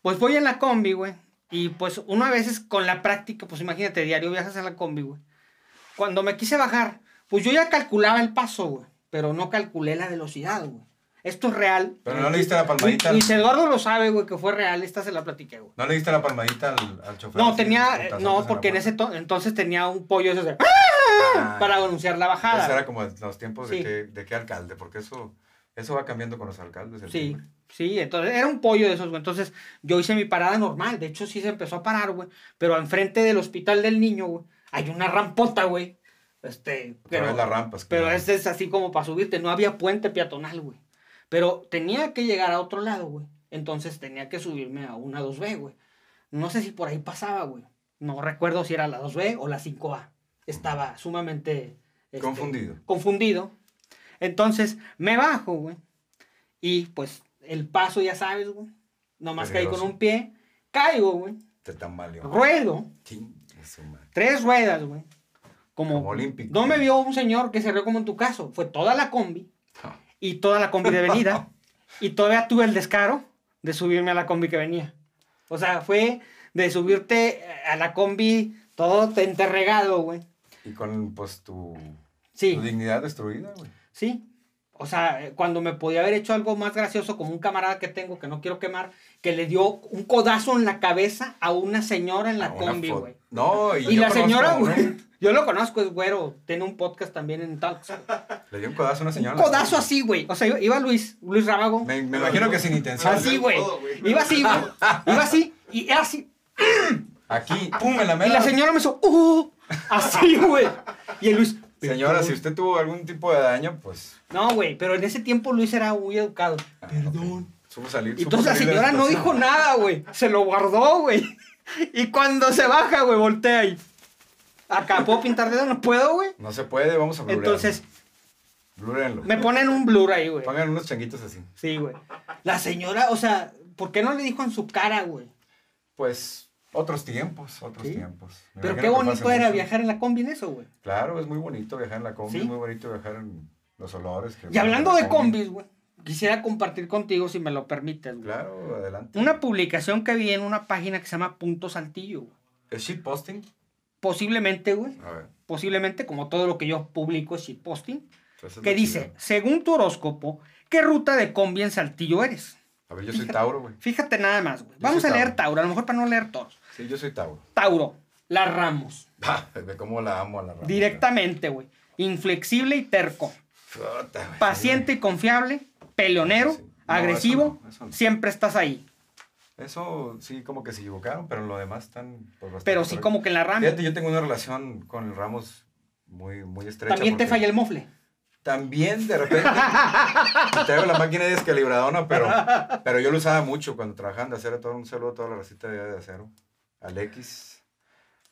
[SPEAKER 1] Pues voy en la combi, güey. Y pues uno a veces con la práctica, pues imagínate, diario viajas en la combi, güey. Cuando me quise bajar, pues yo ya calculaba el paso, güey. Pero no calculé la velocidad, güey. Esto es real.
[SPEAKER 2] Pero no le diste la palmadita.
[SPEAKER 1] Luis Eduardo lo sabe, güey, que fue real. Esta se la platiqué, güey.
[SPEAKER 2] ¿No le diste la palmadita al, al chofer?
[SPEAKER 1] No,
[SPEAKER 2] así,
[SPEAKER 1] tenía.
[SPEAKER 2] putazotes
[SPEAKER 1] No,
[SPEAKER 2] la
[SPEAKER 1] porque en
[SPEAKER 2] puerta?
[SPEAKER 1] ese to- entonces tenía un pollo eso de-
[SPEAKER 2] Ah,
[SPEAKER 1] para anunciar la
[SPEAKER 2] entonces
[SPEAKER 1] bajada.
[SPEAKER 2] era como en los tiempos
[SPEAKER 1] Sí.
[SPEAKER 2] de, qué, de qué alcalde, porque eso Eso va cambiando con los alcaldes. el
[SPEAKER 1] Sí,
[SPEAKER 2] timbre.
[SPEAKER 1] sí, entonces era un pollo de esos, güey. Entonces yo hice mi parada normal, de hecho sí se empezó a parar, güey. Pero enfrente del hospital del niño, güey, hay una rampota, güey. Este,
[SPEAKER 2] Otra
[SPEAKER 1] pero,
[SPEAKER 2] vez las rampas.
[SPEAKER 1] pero
[SPEAKER 2] claro.
[SPEAKER 1] ese es así como para subirte, no había puente peatonal, güey. Pero tenía que llegar a otro lado, güey. Entonces tenía que subirme a una 2B, güey. No sé si por ahí pasaba, güey. No recuerdo si era la 2B o la 5A. Estaba sumamente este,
[SPEAKER 2] Confundido.
[SPEAKER 1] confundido. Entonces me bajo, güey. Y pues el paso, ya sabes, güey. Nomás caí con
[SPEAKER 2] Peligroso.
[SPEAKER 1] un pie. Caigo, güey.
[SPEAKER 2] Te tambaleó.
[SPEAKER 1] Ruedo.
[SPEAKER 2] Chingue su madre.
[SPEAKER 1] Tres ruedas, güey. Como,
[SPEAKER 2] Como olímpico.
[SPEAKER 1] No me vio un señor que se rió como en tu caso. Fue toda la combi
[SPEAKER 2] No.
[SPEAKER 1] y toda la combi de venida. y todavía tuve el descaro de subirme a la combi que venía. O sea, fue de subirte a la combi todo te enterregado, güey.
[SPEAKER 2] Y con, pues, tu,
[SPEAKER 1] Sí.
[SPEAKER 2] tu dignidad destruida, güey.
[SPEAKER 1] Sí. O sea, eh, cuando me podía haber hecho algo más gracioso, como un camarada que tengo que no quiero quemar, que le dio un codazo en la cabeza a una señora en la
[SPEAKER 2] Una
[SPEAKER 1] combi,
[SPEAKER 2] fo-
[SPEAKER 1] güey.
[SPEAKER 2] No, y,
[SPEAKER 1] Y
[SPEAKER 2] yo
[SPEAKER 1] la
[SPEAKER 2] conozco a
[SPEAKER 1] señora,
[SPEAKER 2] uno.
[SPEAKER 1] güey, yo lo conozco, es güero, tiene un podcast también en Talks. güey.
[SPEAKER 2] Le dio un codazo a una señora.
[SPEAKER 1] Un codazo así, güey. O sea, iba- iba Luis, Luis Rábago.
[SPEAKER 2] Me, me imagino que sin intención.
[SPEAKER 1] Así, güey.
[SPEAKER 3] Todo, güey.
[SPEAKER 1] Iba así, güey. Iba así, y era así.
[SPEAKER 2] Aquí, pum, en la
[SPEAKER 1] Ah, Y
[SPEAKER 2] mera.
[SPEAKER 1] la señora me hizo, ¡uh! Así, güey. Y el Luis. pero
[SPEAKER 2] Señora,
[SPEAKER 1] ¿cómo
[SPEAKER 2] si usted tuvo algún tipo de daño, pues.
[SPEAKER 1] No, güey, pero en ese tiempo Luis era muy educado.
[SPEAKER 2] Ah, Perdón. Supo salir.
[SPEAKER 1] Y
[SPEAKER 2] supo
[SPEAKER 1] entonces la
[SPEAKER 2] salir de
[SPEAKER 1] señora no dijo
[SPEAKER 2] situación.
[SPEAKER 1] nada, güey. Se lo guardó, güey. Y cuando se baja, güey, voltea y. Acá puedo pintar dedo, no puedo, güey.
[SPEAKER 2] No se puede, vamos a blurearlo.
[SPEAKER 1] Entonces,
[SPEAKER 2] Blúrenlo.
[SPEAKER 1] me ponen un blur ahí, güey.
[SPEAKER 2] Pongan unos changuitos así.
[SPEAKER 1] Sí, güey. La señora, o sea, ¿por qué no le dijo en su cara, güey?
[SPEAKER 2] Pues, otros tiempos, otros
[SPEAKER 1] Sí.
[SPEAKER 2] tiempos. Me
[SPEAKER 1] Pero
[SPEAKER 2] imagino
[SPEAKER 1] qué
[SPEAKER 2] que
[SPEAKER 1] bonito
[SPEAKER 2] pasa
[SPEAKER 1] era
[SPEAKER 2] mucho.
[SPEAKER 1] viajar en la combi en eso, güey.
[SPEAKER 2] Claro, es muy bonito viajar en la combi,
[SPEAKER 1] Sí.
[SPEAKER 2] es muy bonito viajar en los olores. que-
[SPEAKER 1] Y hablando de combis, güey, quisiera compartir contigo, si me lo permites, güey.
[SPEAKER 2] Claro, adelante.
[SPEAKER 1] Una publicación que vi en una página que se llama Punto Saltillo, güey.
[SPEAKER 2] ¿Es shitposting?
[SPEAKER 1] Posiblemente, güey.
[SPEAKER 2] A ver.
[SPEAKER 1] Posiblemente, como todo lo que yo publico es shitposting.
[SPEAKER 2] entonces Pues es
[SPEAKER 1] que
[SPEAKER 2] lo
[SPEAKER 1] dice,
[SPEAKER 2] chido.
[SPEAKER 1] según tu horóscopo, ¿qué ruta de combi en Saltillo eres?
[SPEAKER 2] A ver, yo soy Tauro, güey.
[SPEAKER 1] Fíjate nada más, güey. Vamos a
[SPEAKER 2] soy
[SPEAKER 1] leer Tauro, a lo mejor para no leer todos.
[SPEAKER 2] Sí, yo soy Tauro.
[SPEAKER 1] Tauro, la Ramos.
[SPEAKER 2] Ah, ve cómo la amo a la rama.
[SPEAKER 1] Directamente, güey. Inflexible y terco.
[SPEAKER 2] Puta, güey.
[SPEAKER 1] Paciente y confiable. Peleonero.
[SPEAKER 2] Sí. No,
[SPEAKER 1] agresivo.
[SPEAKER 2] eso no, eso no.
[SPEAKER 1] Siempre estás ahí.
[SPEAKER 2] Eso sí, como que se equivocaron, pero en lo demás están. pues, bastante
[SPEAKER 1] Pero sí
[SPEAKER 2] correctos.
[SPEAKER 1] como que en la Ramos.
[SPEAKER 2] Fíjate, yo tengo una relación con el Ramos muy, muy estrecha.
[SPEAKER 1] También te
[SPEAKER 2] porque
[SPEAKER 1] falla el mofle.
[SPEAKER 2] También, de repente. traigo la máquina descalibradona, pero, pero yo lo usaba mucho cuando trabajaban de acero. Todo un saludo a toda la recita de, de acero. Al X,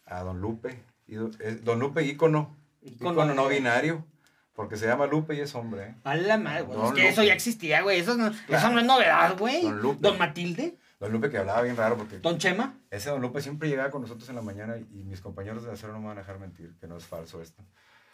[SPEAKER 2] a Don Lupe. y do- eh, don Lupe, ícono.
[SPEAKER 1] Ícono.
[SPEAKER 2] Ícono, no binario. Porque se llama Lupe y es hombre. ¿eh?
[SPEAKER 1] A la madre, güey.
[SPEAKER 2] Don
[SPEAKER 1] es que
[SPEAKER 2] Lupe.
[SPEAKER 1] eso ya existía, güey. Eso no,
[SPEAKER 2] Claro.
[SPEAKER 1] eso no es novedad, güey.
[SPEAKER 2] Don Lupe.
[SPEAKER 1] Don Matilde.
[SPEAKER 2] Don Lupe que hablaba bien raro porque
[SPEAKER 1] Don Chema.
[SPEAKER 2] Ese don Lupe siempre llegaba con nosotros en la mañana y y mis compañeros de acero no me van a dejar mentir, que no es falso esto.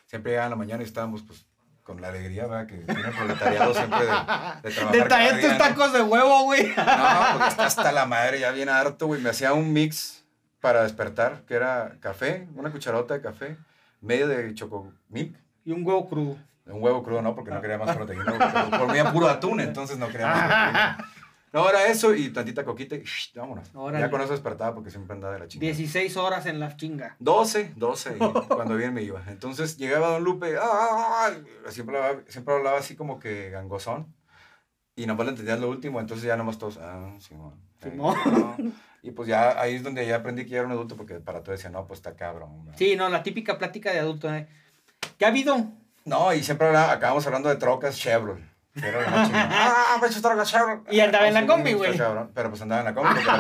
[SPEAKER 2] Siempre llegaba en la mañana y estábamos pues con la alegría ¿verdad? que tiene el proletariado siempre de, de trabajar.
[SPEAKER 1] De
[SPEAKER 2] cada
[SPEAKER 1] traer
[SPEAKER 2] día,
[SPEAKER 1] tus
[SPEAKER 2] ¿no?
[SPEAKER 1] tacos de huevo, güey.
[SPEAKER 2] No, porque está hasta la madre, ya bien harto, güey. Me hacía un mix para despertar, que era café, una cucharota de café, medio de chocomilk,
[SPEAKER 1] Y un huevo crudo.
[SPEAKER 2] un huevo crudo, no,
[SPEAKER 1] Ah.
[SPEAKER 2] porque no quería más proteína, porque comía puro atún, entonces no quería más proteína. No, era eso y tantita coquita y shh, vámonos.
[SPEAKER 1] Órale.
[SPEAKER 2] Ya con eso despertaba porque siempre andaba de la chingada.
[SPEAKER 1] 16 horas en la chinga.
[SPEAKER 2] 12, 12, y cuando bien me iba. Entonces llegaba Don Lupe, ¡ah! siempre, hablaba, siempre hablaba así como que gangosón. Y nomás le entendías lo último, entonces ya nomás todos, ah, Simón. eh,
[SPEAKER 1] Simón.
[SPEAKER 2] no". Y pues ya ahí es donde ya aprendí que ya era un adulto, porque para todo decía, no, pues está cabrón. ¿verdad?".
[SPEAKER 1] Sí, no, la típica plática de adulto. ¿eh? ¿Qué ha habido?
[SPEAKER 2] No, y siempre hablaba- acabamos hablando de trocas Chevrolet. que era la más chingona. ah, pinche troca Chevrolet.
[SPEAKER 1] Y andaba en la
[SPEAKER 2] sí,
[SPEAKER 1] combi,
[SPEAKER 2] está
[SPEAKER 1] güey.
[SPEAKER 2] cabrón. Pero pues andaba en la combi, porque la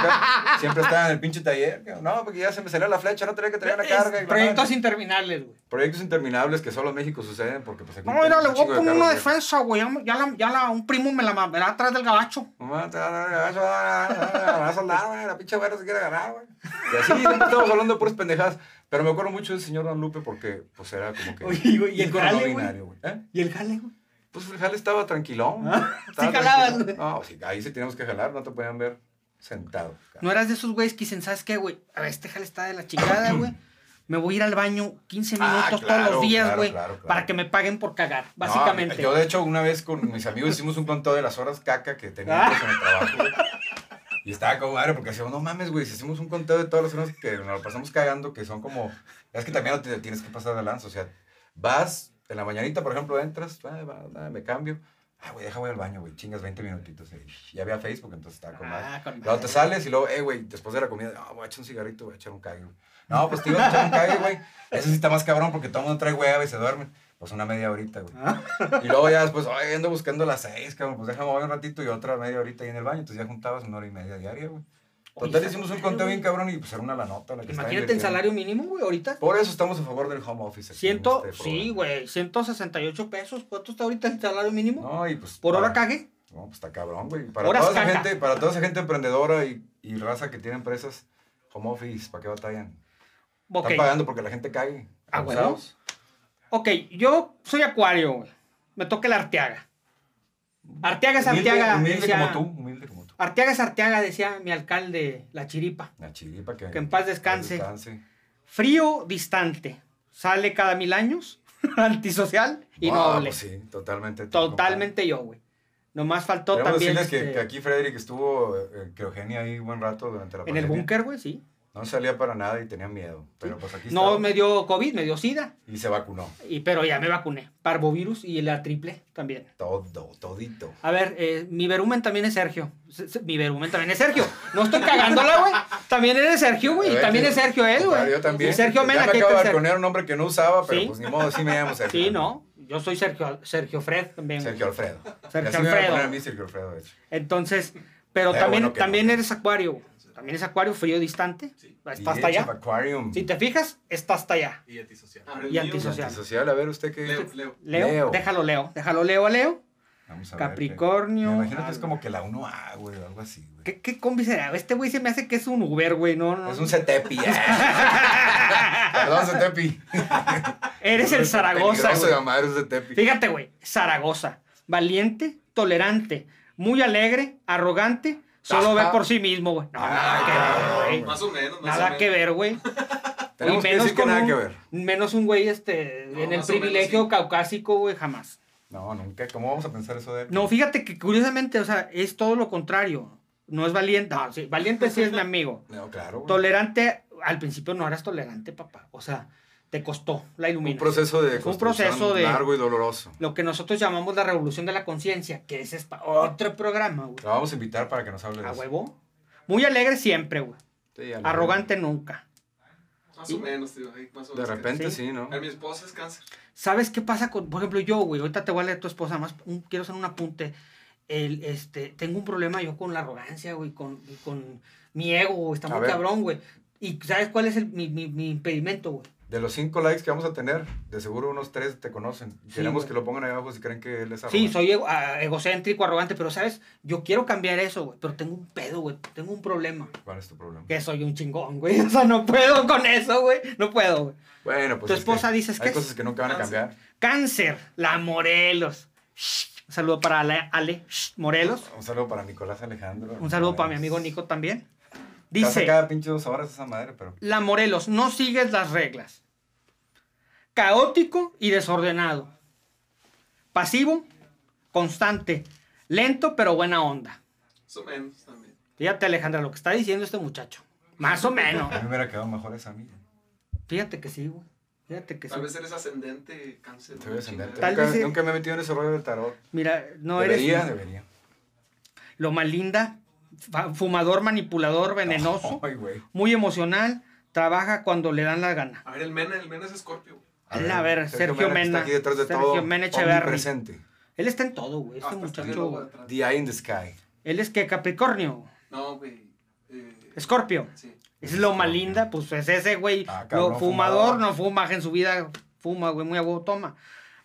[SPEAKER 2] troca siempre estaba en el pinche taller. que, No, porque ya se me salió la flecha, no tenía que traer la carga. y
[SPEAKER 1] Es-
[SPEAKER 2] la madre".
[SPEAKER 1] proyectos interminables, güey.
[SPEAKER 2] Proyectos interminables que solo en México suceden porque pues aquí...
[SPEAKER 1] No,
[SPEAKER 2] tenemos
[SPEAKER 1] mira,
[SPEAKER 2] un
[SPEAKER 1] le voy a
[SPEAKER 2] chingo de
[SPEAKER 1] poner
[SPEAKER 2] carros
[SPEAKER 1] una
[SPEAKER 2] viejos.
[SPEAKER 1] defensa, güey. Ya, me- ya la- ya la- un primo me la mandará atrás del gabacho.
[SPEAKER 2] Mamá, te van a ganar, te van a soldar, güey, la pinche güera se quiere ganar, güey. Y así siempre estamos hablando de puras pendejadas. Pero me acuerdo mucho del señor Don Lupe porque pues era como que...
[SPEAKER 1] Oye, güey, ¿y el
[SPEAKER 2] ícono
[SPEAKER 1] jale,
[SPEAKER 2] no
[SPEAKER 1] güey?
[SPEAKER 2] binario, güey. ¿Eh?
[SPEAKER 1] Y el jale, güey.
[SPEAKER 2] Pues el jale estaba tranquilón.
[SPEAKER 1] Ah,
[SPEAKER 2] estaba
[SPEAKER 1] sí jalabas, güey.
[SPEAKER 2] tranquilón. No, pues, sí, ahí sí teníamos que jalar, no te podían ver sentado. cara.
[SPEAKER 1] No eras de esos güeyes que dicen, ¿sabes qué, güey? A ver, este jale está de la chingada, güey. Me voy a ir al baño 15
[SPEAKER 2] Ah,
[SPEAKER 1] minutos todos
[SPEAKER 2] claro,
[SPEAKER 1] los días,
[SPEAKER 2] claro,
[SPEAKER 1] güey,
[SPEAKER 2] claro, claro.
[SPEAKER 1] para que me paguen por cagar,
[SPEAKER 2] No,
[SPEAKER 1] básicamente.
[SPEAKER 2] yo, de hecho, una vez con mis amigos hicimos un conteo de las horas caca que
[SPEAKER 1] Ah.
[SPEAKER 2] teníamos en el trabajo. güey. Y estaba como madre porque decíamos, no mames, güey, si hacemos un conteo de todas las horas que nos lo pasamos cagando, que son como. Es que también no te tienes que pasar de lanza. O sea, vas en la mañanita, por ejemplo, entras, ah, va, va, me cambio. Ah, güey, deja voy al baño, güey. Chingas 20 minutitos. eh. Ya había Facebook, entonces estaba con madre.
[SPEAKER 1] Ah, con
[SPEAKER 2] Luego te
[SPEAKER 1] madre.
[SPEAKER 2] sales y luego, eh, güey, después de la comida, no, voy a echar un cigarrito, voy a echar un cague, güey. No, pues te ibas a echar un cague, güey. Eso sí está más cabrón porque todo el mundo trae hueva y se duermen. Pues una media horita, güey.
[SPEAKER 1] Ah.
[SPEAKER 2] Y luego ya después, ay, ando buscando las seis, cabrón. Pues déjame voy un ratito y otra media horita ahí en el baño. Entonces ya juntabas una hora y media diaria, güey.
[SPEAKER 1] Oye,
[SPEAKER 2] Total,
[SPEAKER 1] está
[SPEAKER 2] hicimos un
[SPEAKER 1] padre,
[SPEAKER 2] conteo
[SPEAKER 1] güey.
[SPEAKER 2] bien cabrón y pues era una la nota. La que estaba
[SPEAKER 1] Imagínate el
[SPEAKER 2] invirtiendo.
[SPEAKER 1] salario mínimo, güey, ahorita.
[SPEAKER 2] Por eso estamos a favor del home office. aquí en
[SPEAKER 1] Ciento,
[SPEAKER 2] este
[SPEAKER 1] sí,
[SPEAKER 2] programa.
[SPEAKER 1] güey, 168 pesos. ¿Cuánto está ahorita el salario mínimo?
[SPEAKER 2] No, y pues.
[SPEAKER 1] ¿Por hora
[SPEAKER 2] para-
[SPEAKER 1] cague?
[SPEAKER 2] No, pues está cabrón, güey. Para
[SPEAKER 1] Horas
[SPEAKER 2] toda, esa
[SPEAKER 1] caca.
[SPEAKER 2] gente, para toda esa gente emprendedora y, y raza que tiene empresas, home office, ¿para qué batallan?
[SPEAKER 1] Ok,
[SPEAKER 2] Están pagando porque la gente cague.
[SPEAKER 1] Ah, güey.
[SPEAKER 2] abusados.
[SPEAKER 1] ok, yo soy acuario, güey. Me toca el Arteaga. Arteaga es
[SPEAKER 2] Humilde,
[SPEAKER 1] Arteaga.
[SPEAKER 2] humilde
[SPEAKER 1] decía-
[SPEAKER 2] como tú, humilde como tú.
[SPEAKER 1] Arteaga es Arteaga, decía mi alcalde, la chiripa.
[SPEAKER 2] La chiripa que,
[SPEAKER 1] Que en paz descanse.
[SPEAKER 2] descanse.
[SPEAKER 1] Frío, distante. Sale cada mil años. Antisocial y
[SPEAKER 2] Ah,
[SPEAKER 1] noble.
[SPEAKER 2] pues sí, totalmente.
[SPEAKER 1] Totalmente yo, güey. Nomás faltó
[SPEAKER 2] Queremos
[SPEAKER 1] también.
[SPEAKER 2] decirles que,
[SPEAKER 1] este,
[SPEAKER 2] que aquí Frederick estuvo, eh, que Eugenia ahí buen rato durante la
[SPEAKER 1] en el
[SPEAKER 2] pandemia.
[SPEAKER 1] búnker, güey, sí.
[SPEAKER 2] No salía para nada y tenía miedo. Pero pues aquí
[SPEAKER 1] No
[SPEAKER 2] estaba
[SPEAKER 1] me dio COVID, me dio SIDA.
[SPEAKER 2] y se vacunó.
[SPEAKER 1] Y, pero ya me vacuné. Parvovirus y la triple también.
[SPEAKER 2] Todo, todito.
[SPEAKER 1] A ver, eh, mi verumen también es Sergio. Se- se- Mi verumen también es Sergio. No estoy cagándola, güey. También eres Sergio, güey. Y
[SPEAKER 2] ver,
[SPEAKER 1] también
[SPEAKER 2] sí.
[SPEAKER 1] es Sergio él, güey.
[SPEAKER 2] Yo este, también.
[SPEAKER 1] Y Sergio Mena,
[SPEAKER 2] ya me
[SPEAKER 1] ¿qué
[SPEAKER 2] acabo
[SPEAKER 1] tal,
[SPEAKER 2] de
[SPEAKER 1] Sergio?
[SPEAKER 2] poner un nombre que no usaba, pero
[SPEAKER 1] Sí.
[SPEAKER 2] pues ni modo, sí me llamo Sergio.
[SPEAKER 1] Sí, no. Yo soy Sergio, Sergio Fred también. güey.
[SPEAKER 2] Sergio Alfredo.
[SPEAKER 1] Sergio
[SPEAKER 2] Y así me van a
[SPEAKER 1] Alfredo.
[SPEAKER 2] poner a mí Sergio Alfredo, de hecho.
[SPEAKER 1] Entonces, pero
[SPEAKER 2] Pero
[SPEAKER 1] también,
[SPEAKER 2] bueno que
[SPEAKER 1] también
[SPEAKER 2] no.
[SPEAKER 1] eres acuario. güey. También es acuario frío distante. Está hasta
[SPEAKER 2] Y Chip
[SPEAKER 1] allá.
[SPEAKER 2] Aquarium.
[SPEAKER 1] Si te fijas, está hasta allá.
[SPEAKER 3] Y antisocial.
[SPEAKER 4] Ah, pero
[SPEAKER 1] Y
[SPEAKER 4] el mío-
[SPEAKER 1] antisocial.
[SPEAKER 2] Antisocial, a ver usted qué.
[SPEAKER 4] Leo, Leo.
[SPEAKER 1] Leo,
[SPEAKER 2] Leo.
[SPEAKER 1] déjalo Leo. Déjalo Leo a Leo.
[SPEAKER 2] Vamos a ver qué-
[SPEAKER 1] Capricornio. Ah,
[SPEAKER 2] me imagino que es como que la 1A, güey, o algo así, güey.
[SPEAKER 1] ¿Qué, qué combi será? Este güey se me hace que es un Uber, güey. No, no.
[SPEAKER 2] Es un Cetepi. Perdón, Cetepi.
[SPEAKER 1] Eres el Zaragoza,
[SPEAKER 2] Peligroso
[SPEAKER 1] güey.
[SPEAKER 2] de amar, es Cetepi.
[SPEAKER 1] Fíjate, güey. Zaragoza. Valiente, tolerante, muy alegre, arrogante, solo ve
[SPEAKER 2] Ajá.
[SPEAKER 1] por sí mismo, güey. No,
[SPEAKER 2] Ah,
[SPEAKER 1] nada que ver, güey.
[SPEAKER 4] Más o menos, más o
[SPEAKER 1] Nada
[SPEAKER 4] menos.
[SPEAKER 1] que ver, güey.
[SPEAKER 2] Tenemos
[SPEAKER 1] Y
[SPEAKER 2] que decir que
[SPEAKER 1] con
[SPEAKER 2] nada
[SPEAKER 1] un-
[SPEAKER 2] que ver.
[SPEAKER 1] Menos un güey este,
[SPEAKER 4] No,
[SPEAKER 1] en el
[SPEAKER 4] más o menos,
[SPEAKER 1] privilegio
[SPEAKER 4] sí.
[SPEAKER 1] caucásico, güey, jamás.
[SPEAKER 2] No, nunca. ¿Cómo vamos a pensar eso de él?
[SPEAKER 1] No, fíjate que curiosamente, o sea, es todo lo contrario. No es valiente. No, sí, valiente sí es mi amigo.
[SPEAKER 2] No, claro, güey.
[SPEAKER 1] Tolerante, al principio no eras tolerante, papá. O sea, te costó la
[SPEAKER 2] Un
[SPEAKER 1] iluminación.
[SPEAKER 2] proceso de
[SPEAKER 1] Fue un
[SPEAKER 2] construcción
[SPEAKER 1] proceso de-
[SPEAKER 2] largo y doloroso.
[SPEAKER 1] Lo que nosotros llamamos la revolución de la conciencia, que ese es pa- otro programa, güey.
[SPEAKER 2] La vamos a invitar para que nos hable de
[SPEAKER 1] A
[SPEAKER 2] eso.
[SPEAKER 1] Ah, huevo. Muy alegre siempre, güey.
[SPEAKER 2] Sí, a la-
[SPEAKER 1] Arrogante nunca.
[SPEAKER 4] Más o menos, tío. ahí Más o
[SPEAKER 2] De
[SPEAKER 4] menos
[SPEAKER 2] repente
[SPEAKER 1] Sí.
[SPEAKER 2] sí, ¿no?
[SPEAKER 4] A ver, mi esposa es cáncer.
[SPEAKER 1] ¿Sabes qué pasa con, por ejemplo, yo, güey? Ahorita te voy a leer tu esposa, más un- quiero hacer un apunte. El, este, tengo un problema yo con la arrogancia, güey, con, y con mi ego, güey, está
[SPEAKER 2] A
[SPEAKER 1] muy
[SPEAKER 2] ver.
[SPEAKER 1] cabrón, güey. ¿Y sabes cuál es el- mi, mi- mi impedimento, güey?
[SPEAKER 2] De los cinco likes que vamos a tener, de seguro unos tres te conocen. Queremos
[SPEAKER 1] güey.
[SPEAKER 2] que lo pongan ahí abajo si creen que él es
[SPEAKER 1] Sí,
[SPEAKER 2] arrogante.
[SPEAKER 1] soy ego- ah, egocéntrico, arrogante, pero sabes, yo quiero cambiar eso, güey, pero tengo un pedo, güey, tengo un problema.
[SPEAKER 2] ¿Cuál es tu problema?
[SPEAKER 1] Que soy un chingón, güey. O sea, no puedo con eso, güey. No puedo, güey.
[SPEAKER 2] Bueno, pues.
[SPEAKER 1] Tu
[SPEAKER 2] es
[SPEAKER 1] esposa
[SPEAKER 2] que
[SPEAKER 1] dices que Ah,
[SPEAKER 2] Hay
[SPEAKER 1] es-
[SPEAKER 2] cosas que nunca van a
[SPEAKER 4] Cáncer.
[SPEAKER 2] cambiar.
[SPEAKER 1] Cáncer, la Morelos. Un saludo para Ale, Ale Morelos.
[SPEAKER 2] Un saludo para Nicolás Alejandro.
[SPEAKER 1] Un saludo para mi amigo Nico también. Dice.
[SPEAKER 2] Pasa cada pinche dos horas esa madre, pero.
[SPEAKER 1] La Morelos, no sigues las reglas. Caótico y desordenado. Pasivo, constante, lento pero buena onda.
[SPEAKER 4] Más o menos también.
[SPEAKER 1] Fíjate Alejandra lo que está diciendo este muchacho. Más o menos.
[SPEAKER 2] A mí me hubiera quedado mejor esa amiga.
[SPEAKER 1] Fíjate que sí, güey. Fíjate que sí.
[SPEAKER 4] Tal vez eres ascendente cáncer.
[SPEAKER 2] Te voy a ascender.
[SPEAKER 1] Tal
[SPEAKER 2] Nunca,
[SPEAKER 1] vez es-
[SPEAKER 2] nunca me he metido en ese rollo del tarot.
[SPEAKER 1] Mira, no eres
[SPEAKER 2] debería, debería.
[SPEAKER 1] lo más linda, fa- fumador, manipulador, venenoso,
[SPEAKER 2] Ay, güey.
[SPEAKER 1] muy emocional, trabaja cuando le dan la gana.
[SPEAKER 4] A ver, el Mena, el Mena es escorpio.
[SPEAKER 1] A ver, a ver, Sergio
[SPEAKER 2] que
[SPEAKER 1] Mena,
[SPEAKER 2] Está aquí detrás de
[SPEAKER 1] Sergio
[SPEAKER 2] todo.
[SPEAKER 1] Mena Echeverri.
[SPEAKER 2] Presente.
[SPEAKER 1] Él está en todo, güey.
[SPEAKER 2] Ah,
[SPEAKER 1] Este
[SPEAKER 4] Hasta tiene
[SPEAKER 1] muchacho.
[SPEAKER 4] logo
[SPEAKER 1] güey.
[SPEAKER 4] atrás.
[SPEAKER 2] The Eye in the Sky.
[SPEAKER 1] Él es que Capricornio,
[SPEAKER 4] No, güey. eh,
[SPEAKER 1] Escorpio.
[SPEAKER 4] Sí.
[SPEAKER 1] Es lo más linda, pues es ese, güey.
[SPEAKER 2] Ah, cabrón,
[SPEAKER 1] lo fumador,
[SPEAKER 2] fumador.
[SPEAKER 1] no fuma, que en su vida fuma, güey, muy a huevo, toma.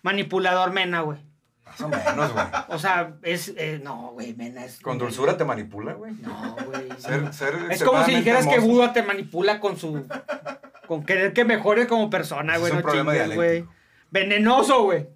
[SPEAKER 1] Manipulador, mena, güey.
[SPEAKER 2] Más o menos, güey.
[SPEAKER 1] O sea, es. eh, no, güey, mena es.
[SPEAKER 2] Con dulzura te manipula, güey.
[SPEAKER 1] No, güey.
[SPEAKER 2] Ser, ser
[SPEAKER 1] Es como si
[SPEAKER 2] extremadamente
[SPEAKER 1] dijeras que
[SPEAKER 2] hermoso.
[SPEAKER 1] Buda te manipula con su. con querer que mejore como persona,
[SPEAKER 2] Ese
[SPEAKER 1] güey.
[SPEAKER 2] es un
[SPEAKER 1] No
[SPEAKER 2] problema
[SPEAKER 1] chingues, güey.
[SPEAKER 2] dialéctico.
[SPEAKER 1] Venenoso, güey.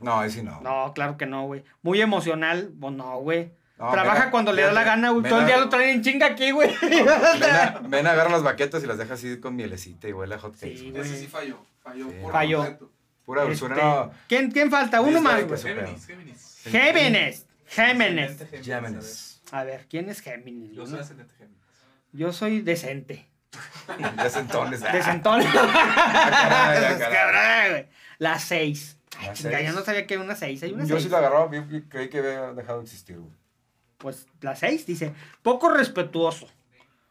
[SPEAKER 2] No, ahí sí no.
[SPEAKER 1] No, claro que no, güey. Muy emocional, pues no, güey.
[SPEAKER 2] No,
[SPEAKER 1] Trabaja
[SPEAKER 2] Mena-
[SPEAKER 1] cuando le da la
[SPEAKER 2] fíjate,
[SPEAKER 1] gana, güey. Todo el
[SPEAKER 2] Mena-
[SPEAKER 1] día lo traen en chinga aquí, güey.
[SPEAKER 2] Mena, Mena agarra las baquetas y las deja así con mielecita y huele a hot cakes.
[SPEAKER 1] Sí, güey.
[SPEAKER 2] güey.
[SPEAKER 4] Ese sí falló. Falló.
[SPEAKER 2] Sí.
[SPEAKER 4] por
[SPEAKER 1] Falló.
[SPEAKER 4] completo.
[SPEAKER 2] Pura dulzura, no.
[SPEAKER 1] Este, ¿quién, ¿Quién falta? Uno
[SPEAKER 2] Dislike
[SPEAKER 1] más,
[SPEAKER 2] a
[SPEAKER 1] güey.
[SPEAKER 2] su pedo.
[SPEAKER 3] Géminis, Géminis.
[SPEAKER 1] Géminis. Géminis.
[SPEAKER 3] Ascendente
[SPEAKER 2] Géminis.
[SPEAKER 1] A ver, ¿quién es Géminis?
[SPEAKER 3] a ver.
[SPEAKER 1] Yo,
[SPEAKER 3] Yo soy
[SPEAKER 1] no-
[SPEAKER 3] ascendente Géminis.
[SPEAKER 1] yo soy decente.
[SPEAKER 2] Ya sentones. Ah,
[SPEAKER 1] Decentón.
[SPEAKER 2] caray, ah, caray.
[SPEAKER 1] Caray, güey. La 6.
[SPEAKER 2] La
[SPEAKER 1] Chinga,
[SPEAKER 2] seis.
[SPEAKER 1] yo no sabía que era una 6. Hay una
[SPEAKER 2] Yo sí
[SPEAKER 1] 6.
[SPEAKER 2] la agarraba, vi- vi- creí que había dejado de existir, güey.
[SPEAKER 1] Pues la 6 dice, poco respetuoso,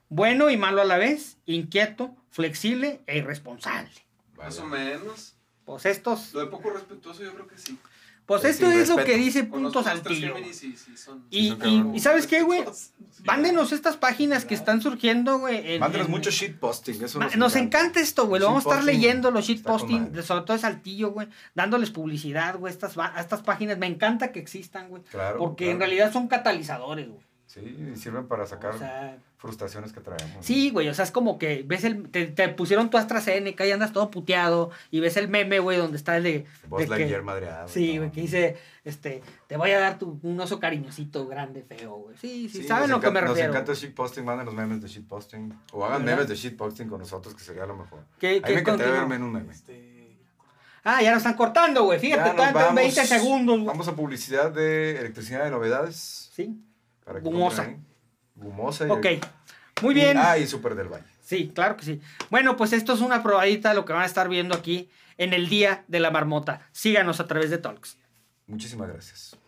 [SPEAKER 1] bueno y malo a la vez, inquieto, flexible e irresponsable.
[SPEAKER 4] Más o menos.
[SPEAKER 1] Pues estos,
[SPEAKER 4] Lo de poco respetuoso yo creo que sí.
[SPEAKER 1] pues
[SPEAKER 2] Es
[SPEAKER 1] esto es lo
[SPEAKER 2] irrespeto.
[SPEAKER 1] que dice Punto
[SPEAKER 4] Conozco los tres
[SPEAKER 1] Saltillo.
[SPEAKER 4] Géminis y sí son-
[SPEAKER 1] Y-
[SPEAKER 4] sí
[SPEAKER 2] y-
[SPEAKER 4] son cabrón.
[SPEAKER 2] y
[SPEAKER 1] ¿sabes qué, güey?
[SPEAKER 4] Sí.
[SPEAKER 1] Mándenos estas páginas que están surgiendo, güey. en-
[SPEAKER 2] Mándenos
[SPEAKER 1] en-
[SPEAKER 2] mucho shitposting, eso
[SPEAKER 1] Ma- Nos encanta esto, güey. Lo vamos a estar
[SPEAKER 2] Shitposting.
[SPEAKER 1] leyendo, los
[SPEAKER 2] Está con
[SPEAKER 1] shitposting,
[SPEAKER 2] madre.
[SPEAKER 1] de- sobre todo de Saltillo, güey. Dándoles publicidad, güey, estas, va- a estas páginas. Me encanta que existan, güey.
[SPEAKER 2] Claro,
[SPEAKER 1] Porque en
[SPEAKER 2] claro.
[SPEAKER 1] realidad son catalizadores, güey.
[SPEAKER 2] Sí, y sirven para sacar
[SPEAKER 1] O sea,
[SPEAKER 2] frustraciones que traemos.
[SPEAKER 1] sí, güey. O sea, es como que ves el. Te, te pusieron tu AstraZeneca y andas todo puteado. Y ves el meme, güey, donde está el de.
[SPEAKER 2] Vos
[SPEAKER 1] de
[SPEAKER 2] la
[SPEAKER 1] que-
[SPEAKER 2] ayer madreada.
[SPEAKER 1] Sí, güey,
[SPEAKER 2] no.
[SPEAKER 1] que dice, este, te voy a dar tu, un oso cariñosito grande, feo, güey. Sí, sí,
[SPEAKER 2] Sí,
[SPEAKER 1] saben
[SPEAKER 2] nos
[SPEAKER 1] lo que me
[SPEAKER 2] encanta-
[SPEAKER 1] refiero.
[SPEAKER 2] Nos encanta el shitposting, manden los memes de shitposting. O hagan
[SPEAKER 1] ¿Verdad?
[SPEAKER 2] memes de shitposting con nosotros, que sería lo mejor.
[SPEAKER 1] ¿Qué-
[SPEAKER 2] A
[SPEAKER 1] qué
[SPEAKER 2] mí me encantaría
[SPEAKER 1] continúa?
[SPEAKER 2] verme en un meme.
[SPEAKER 4] Este,
[SPEAKER 1] Ah, ya nos están cortando, güey.
[SPEAKER 2] Ya
[SPEAKER 1] Fíjate,
[SPEAKER 2] nos
[SPEAKER 1] todavía en
[SPEAKER 2] vamos.
[SPEAKER 1] 20 segundos, güey.
[SPEAKER 2] Vamos a publicidad de electricidad de novedades.
[SPEAKER 1] Sí.
[SPEAKER 2] Para que
[SPEAKER 1] Gumosa.
[SPEAKER 2] compren ahí. Gumosa. y-
[SPEAKER 1] Ok. Muy bien.
[SPEAKER 2] Ah, y Super del Valle.
[SPEAKER 1] Sí, claro que sí. Bueno, pues esto es una probadita de lo que van a estar viendo aquí en el Día de la Marmota. Síganos a través de Talks.
[SPEAKER 2] Muchísimas gracias.